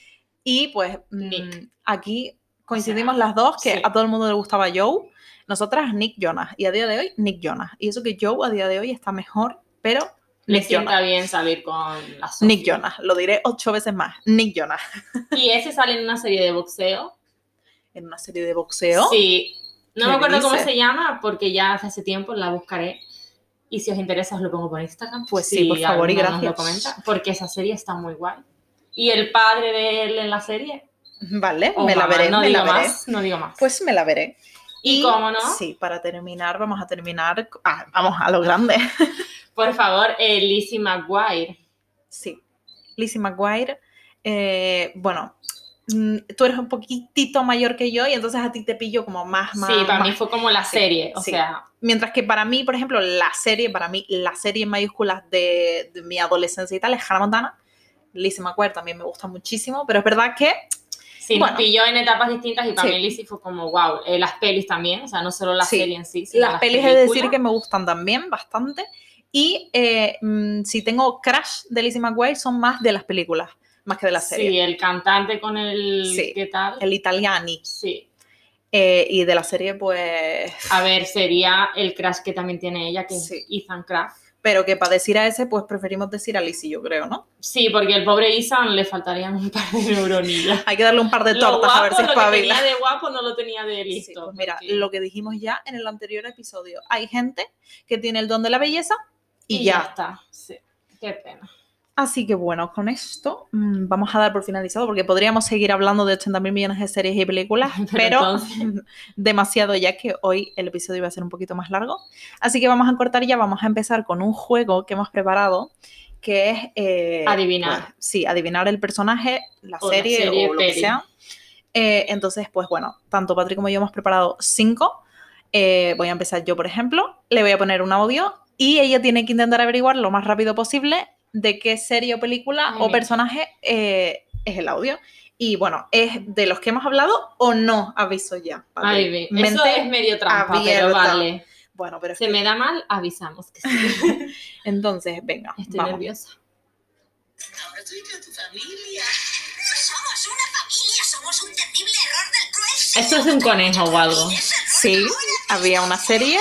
Y pues mm,
Nick.
aquí coincidimos las dos, que
sí.
a todo el mundo le gustaba Joe, nosotras Nick Jonas, y a día de hoy Nick Jonas. Y eso que Joe a día de hoy está mejor, pero
Le
Nick
sienta
Jonas.
bien salir con la Sophie.
Nick Jonas, lo diré ocho veces más, Nick Jonas.
Y ese sale en una serie de boxeo.
En una serie de boxeo.
Sí. No me
¿Qué
acuerdo cómo
dices?
se llama porque ya hace hace tiempo la buscaré. Y si os interesa, os lo pongo por Instagram.
Pues sí, por favor, y
alguno nos lo
gracias.
comenta, porque esa serie está muy guay. Y el padre de él en la serie.
Vale,
o
me la
mamá,
veré,
no
me la
digo
veré.
más, no digo más.
Pues me la veré.
y cómo no,
Sí, para terminar, vamos a terminar. ah, vamos a lo grande.
por favor, eh, Lizzie McGuire.
Sí. Lizzie McGuire. eh, bueno, mm, tú eres un poquitito mayor que yo y entonces a ti te pillo como más, más.
sí, para
más.
mí fue como la
sí,
serie. O
sí.
sea,
Mientras que para mí, por ejemplo, la serie, para mí, la serie en mayúsculas de, de mi adolescencia y tal es Hannah Montana. Lizzie McGuire también me gusta muchísimo, pero es verdad que
sí,
Bueno.
nos pilló en etapas distintas y para
Sí.
mí Lizzie fue como wow. Eh, las pelis también, o sea, no solo la
Sí.
serie en sí. sino
las pelis he de decir
películas.
que me gustan también bastante. Y eh, mm, si tengo crash de Lizzie McGuire, son más de las películas, más que de la serie.
Sí, el cantante con el.
Sí.
¿Qué tal?
El Italiani.
Sí.
Eh, y de la serie, pues.
A ver, sería el crash que también tiene ella, que
Sí.
es Ethan Craft.
Pero que para decir a ese, pues preferimos decir a Lizzie, yo creo, ¿no?
Sí, porque el pobre Ethan le faltarían un par de neuronillas.
Hay que darle un par de
Lo
tortas a ver si
guapo, lo que
espabila.
tenía de guapo no lo tenía de listo.
Sí, pues mira,
porque-
lo que dijimos ya en el anterior episodio. Hay gente que tiene el don de la belleza y, ya.
está. Sí. Qué pena.
Así que bueno, con esto mm, vamos a dar por finalizado porque podríamos seguir hablando de 80 mil millones de series y películas,
Pero
pero
entonces-
demasiado ya que hoy el episodio iba a ser un poquito más largo. Así que vamos a cortar y ya vamos a empezar con un juego que hemos preparado que es... eh,
Adivinar.
pues, sí, adivinar el personaje, la
O la
serie,
serie,
o lo que
peli.
sea. Eh, entonces, pues bueno, tanto Patrick como yo hemos preparado cinco. Eh, voy a empezar yo, por ejemplo. Le voy a poner un audio y ella tiene que intentar averiguar lo más rápido posible de qué serie o película
Muy
o
bien.
personaje eh, es el audio. Y bueno, ¿es de los que hemos hablado o no? Aviso ya. Patrick.
Ay, ve, Eso
Mente-
es medio trampa, pero
abierta.
vale.
Bueno, pero es
Se
que-
me da mal, avisamos. Que sí.
entonces, venga,
Estoy
vamos.
nerviosa.
Ahora tú y yo, tu familia. No somos una familia, somos un terrible error del cruel.
Esto es un conejo o algo.
Sí, había una serie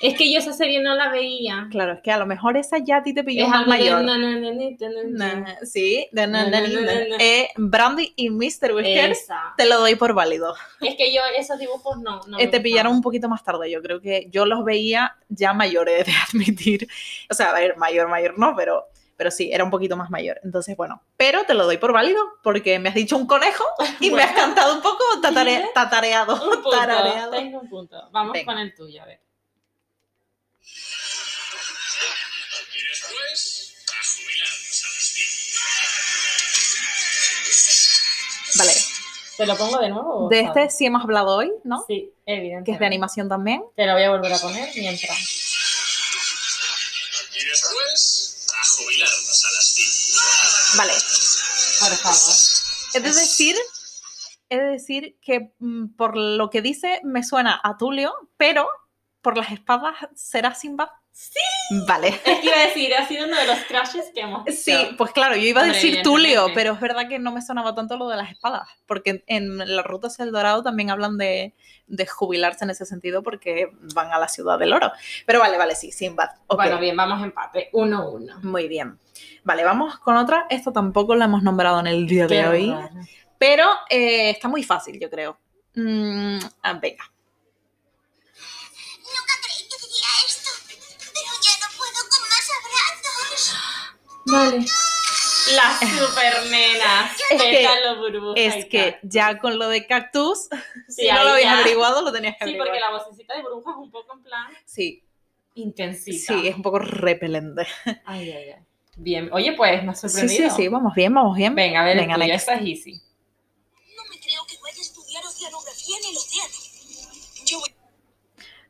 Es que yo esa serie no la veía.
Claro, es que a lo mejor esa ya a ti te pilló
Es
más
algo de...
mayor.
na, na, na, na, na, na.
Na- Sí, de na-
Na-
na-
na-
na-
na-
na-
na.
Eh, Brandy y Mr. Whiskers,
Esa.
te lo doy por válido.
Es que yo esos dibujos no. no
Eh,
me
te pillaron
gustaban.
un poquito más tarde, yo creo que yo los veía ya mayores de admitir. O sea, a ver, mayor, mayor no, pero, pero sí, era un poquito más mayor. Entonces, bueno, pero te lo doy por válido porque me has dicho un conejo y me has cantado un poco tatare- tatareado.
Un punto.
tarareado.
Tengo un punto. Vamos
Venga.
con el tuyo, a ver.
Y después, a jubilarnos
Vale,
a las 10.
¿Te lo pongo de nuevo? o
de
sabes?
este sí hemos hablado hoy, ¿no?
Sí, evidentemente.
Que es de animación también.
Te lo voy a volver a poner mientras.
Y después, a jubilarnos a las 10.
Vale,
Por
Es
favor.
de decir, es de decir que mm, por lo que dice me suena a Tulio, pero por las espadas será Simba. Sí. Vale.
Es que iba a decir, ha sido uno de los crashes que hemos visto.
Sí, pues claro, yo iba a
Hombre,
decir Tulio,
evidentemente.
pero es verdad que no me sonaba tanto lo de las espadas, porque en, en la ruta hacia el Dorado también hablan de, de jubilarse en ese sentido porque van a la ciudad del oro. Pero vale, vale, sí, Sinbad. ok.
Bueno, bien, vamos empate. 1-1. Uno, uno.
Muy bien. Vale, vamos con otra. Esta tampoco la hemos nombrado en el día de hoy. Pero eh, está muy fácil, yo creo. Mm, ah, venga.
Nunca creí que diría esto, pero ya no puedo con más abrazos.
Vale. Las super nenas.
Es que-
Pétalo, burbuja. y
Es que
tal.
ya con lo de cactus, si
Sí,
no
ahí
lo habías
ya.
averiguado, lo tenías que
Sí,
averiguar.
porque la vocecita de burbuja es un poco en plan
Sí,
intensita.
sí, es un poco repelente.
Ay, ay, ay. Bien. Oye, pues, me ha
Sí,
sorprendido.
sí, sí, vamos bien, vamos bien.
Venga, a ver,
Venga,
Venga, tuyo,
next.
esta es easy.
No me creo que vaya a estudiar oceanografía en el océano. Yo voy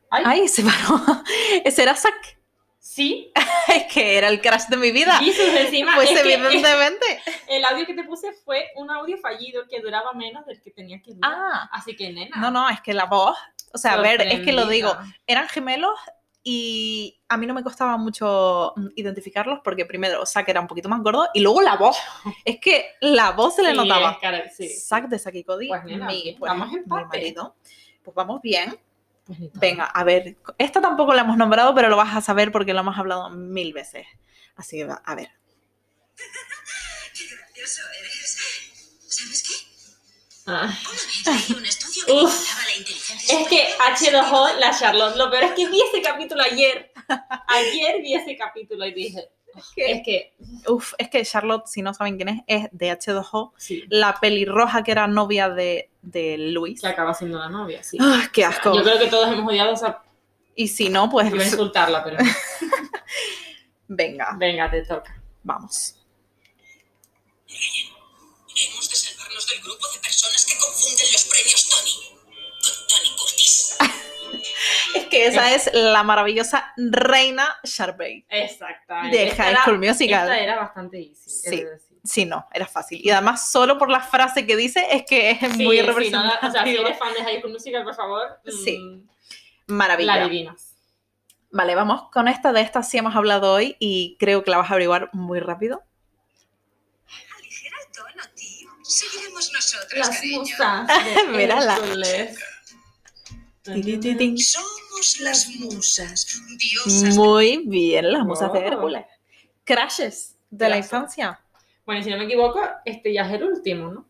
Ay,
Ay, se paró. Ese era Zack.
sí.
Es que era el crash de mi vida.
Jesus, encima,
Pues
es que
evidentemente.
el audio que te puse fue un audio fallido que duraba menos del que tenía que durar.
Ah,
Así que, nena.
no, no, es que la voz. O sea, a ver, es que lo digo.
sorprendida.
eran gemelos y a mí no me costaba mucho mm, identificarlos porque primero Zack era un poquito más gordo y luego la voz. Es que la voz se le
Sí, es
notaba.
cara- sí.
Zack de Zack y Cody,
Pues nena,
mi, pues,
vamos
mi
empate.
marido. Pues vamos bien.
Pues ni tan-
Venga, a ver, esta tampoco la hemos nombrado, pero lo vas a saber porque lo hemos hablado mil veces. Así que, va, a ver.
¡Qué gracioso eres! ¿Sabes qué?
Ah.
Hay un estudio que
Uf.
controlaba la inteligencia
Es que
superior.
H2O, la Charlotte, lo peor es que vi ese capítulo ayer. Ayer vi ese capítulo y dije, es que,
Uf, es que Charlotte, si no saben quién es, es de H2O,
sí,
la pelirroja que era novia de, de Luis.
se acaba siendo la novia, sí.
Ah, ¡Qué asco!
Yo creo que todos hemos odiado esa...
Y si no, pues
Iba a insultarla, pero
venga,
venga, te toca.
vamos.
Hemos de salvarnos del grupo de personas que confunden los premios Tony con Tony Curtis.
Es que esa es la maravillosa reina Sharpay.
Exactamente.
De
Esta
High
era-
School Musical.
Esta era bastante easy. es
Sí.
decir.
Sí, no, era fácil. Y además, solo por la frase que dice, es que es
Sí,
muy
sí,
representativa.
no, o sea, si eres fan de High School Musical, por favor,
Sí.
mm, la
Maravilla.
adivinas.
Vale, vamos con esta. De esta sí hemos hablado hoy y creo que la vas a averiguar muy rápido.
Aligera el tono, tío. Seguiremos nosotras,
Las
cariño.
musas. de
Mírala.
Hércules.
Tin, tin, tin.
Somos las musas, diosas.
Muy bien, las musas de
Wow.
Hércules. Crashes de la
Crashes.
infancia.
Bueno, y si no me equivoco, este ya es el último, ¿no?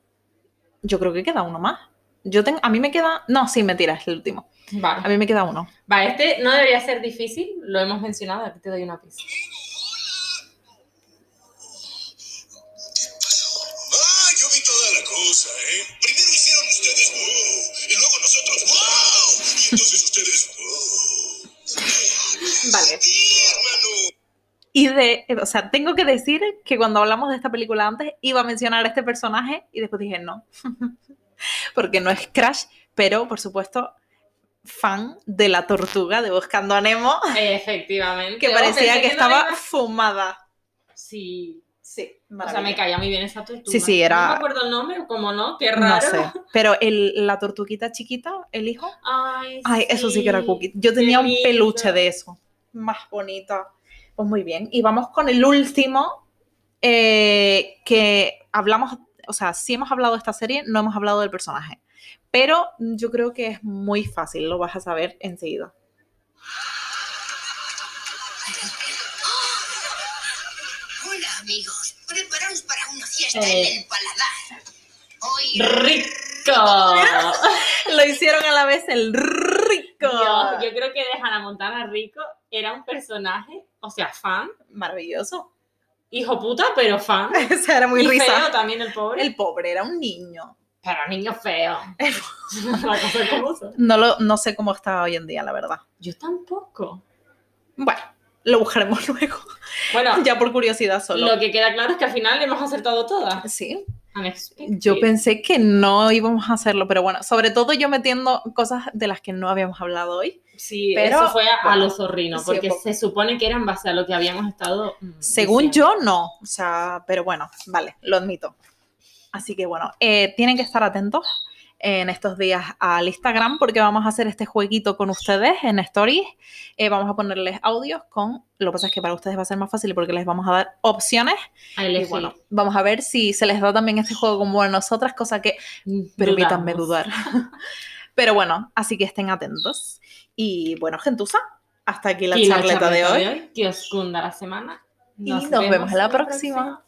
Yo creo que queda uno más. Yo tengo, a mí me queda. No, sí, mentira, es el último. A
Vale.
mí me queda uno.
Va, este no debería ser difícil, lo hemos mencionado, aquí te doy una pista.
Ah, yo vi toda la cosa, ¿eh? Primero hicieron ustedes wow, y luego nosotros wow, y entonces ustedes "Oh". wow.
Vale.
Sí, hermano.
Y de, o sea, tengo que decir que cuando hablamos de esta película antes iba a mencionar a este personaje y después dije no, porque no es Crash, pero por supuesto fan de la tortuga de Buscando a Nemo,
Efectivamente.
que
Oh,
parecía
pensé
que
no la
estaba
iba-
fumada.
Sí.
Sí,
O sea, me caía muy bien esa tortuga.
Sí, sí, era-
No me acuerdo el nombre, como no, qué raro.
No sé, pero el, la tortuguita chiquita, el hijo,
Ay, Eh,
ay, eso sí que era cookie. Yo
qué
tenía un
lindo.
peluche de eso, más bonita. Pues muy bien, y vamos con el último eh, que hablamos, o sea, sí hemos hablado de esta serie, no hemos hablado del personaje, pero yo creo que es muy fácil, lo vas a saber enseguida.
amigos. Preparaos para una fiesta
Eh.
en el paladar. Hoy
¡Rico!
Lo hicieron a la vez el rico.
Yo, yo creo que de Hannah Montana Rico era un personaje, o sea, fan,
Maravilloso.
hijo puta, pero fan.
O sea, era muy
y
risa.
feo también el pobre.
El pobre era un niño.
Pero niño feo. La cosa como son.
No, lo, no sé cómo está hoy en día, la verdad.
Yo tampoco.
Bueno, lo buscaremos luego.
Bueno,
Ya por curiosidad solo.
lo que queda claro es que al final le hemos acertado todas.
Sí,
Unexpected.
yo pensé que no íbamos a hacerlo, pero bueno, sobre todo yo metiendo cosas de las que no habíamos hablado hoy.
Sí,
Pero-
eso fue a, a
bueno,
lo zorrino,
sí,
porque
un poco.
se supone que era en base a lo que habíamos estado. mm,
Según
diciendo.
yo, no. O sea, pero bueno, vale, lo admito. Así que bueno, eh, tienen que estar atentos en estos días al Instagram porque vamos a hacer este jueguito con ustedes en Stories. Eh, vamos a ponerles audios con... Lo que pasa es que para ustedes va a ser más fácil porque les vamos a dar opciones.
A
Y
elegir.
bueno, vamos a ver si se les da también este juego como a nosotras, cosa que permítanme
Mm, Dudamos.
dudar. Pero bueno, así que estén atentos. Y bueno, gentuza, hasta aquí la
Y
charleta de hoy.
Que os cunda la semana.
Y nos vemos la próxima.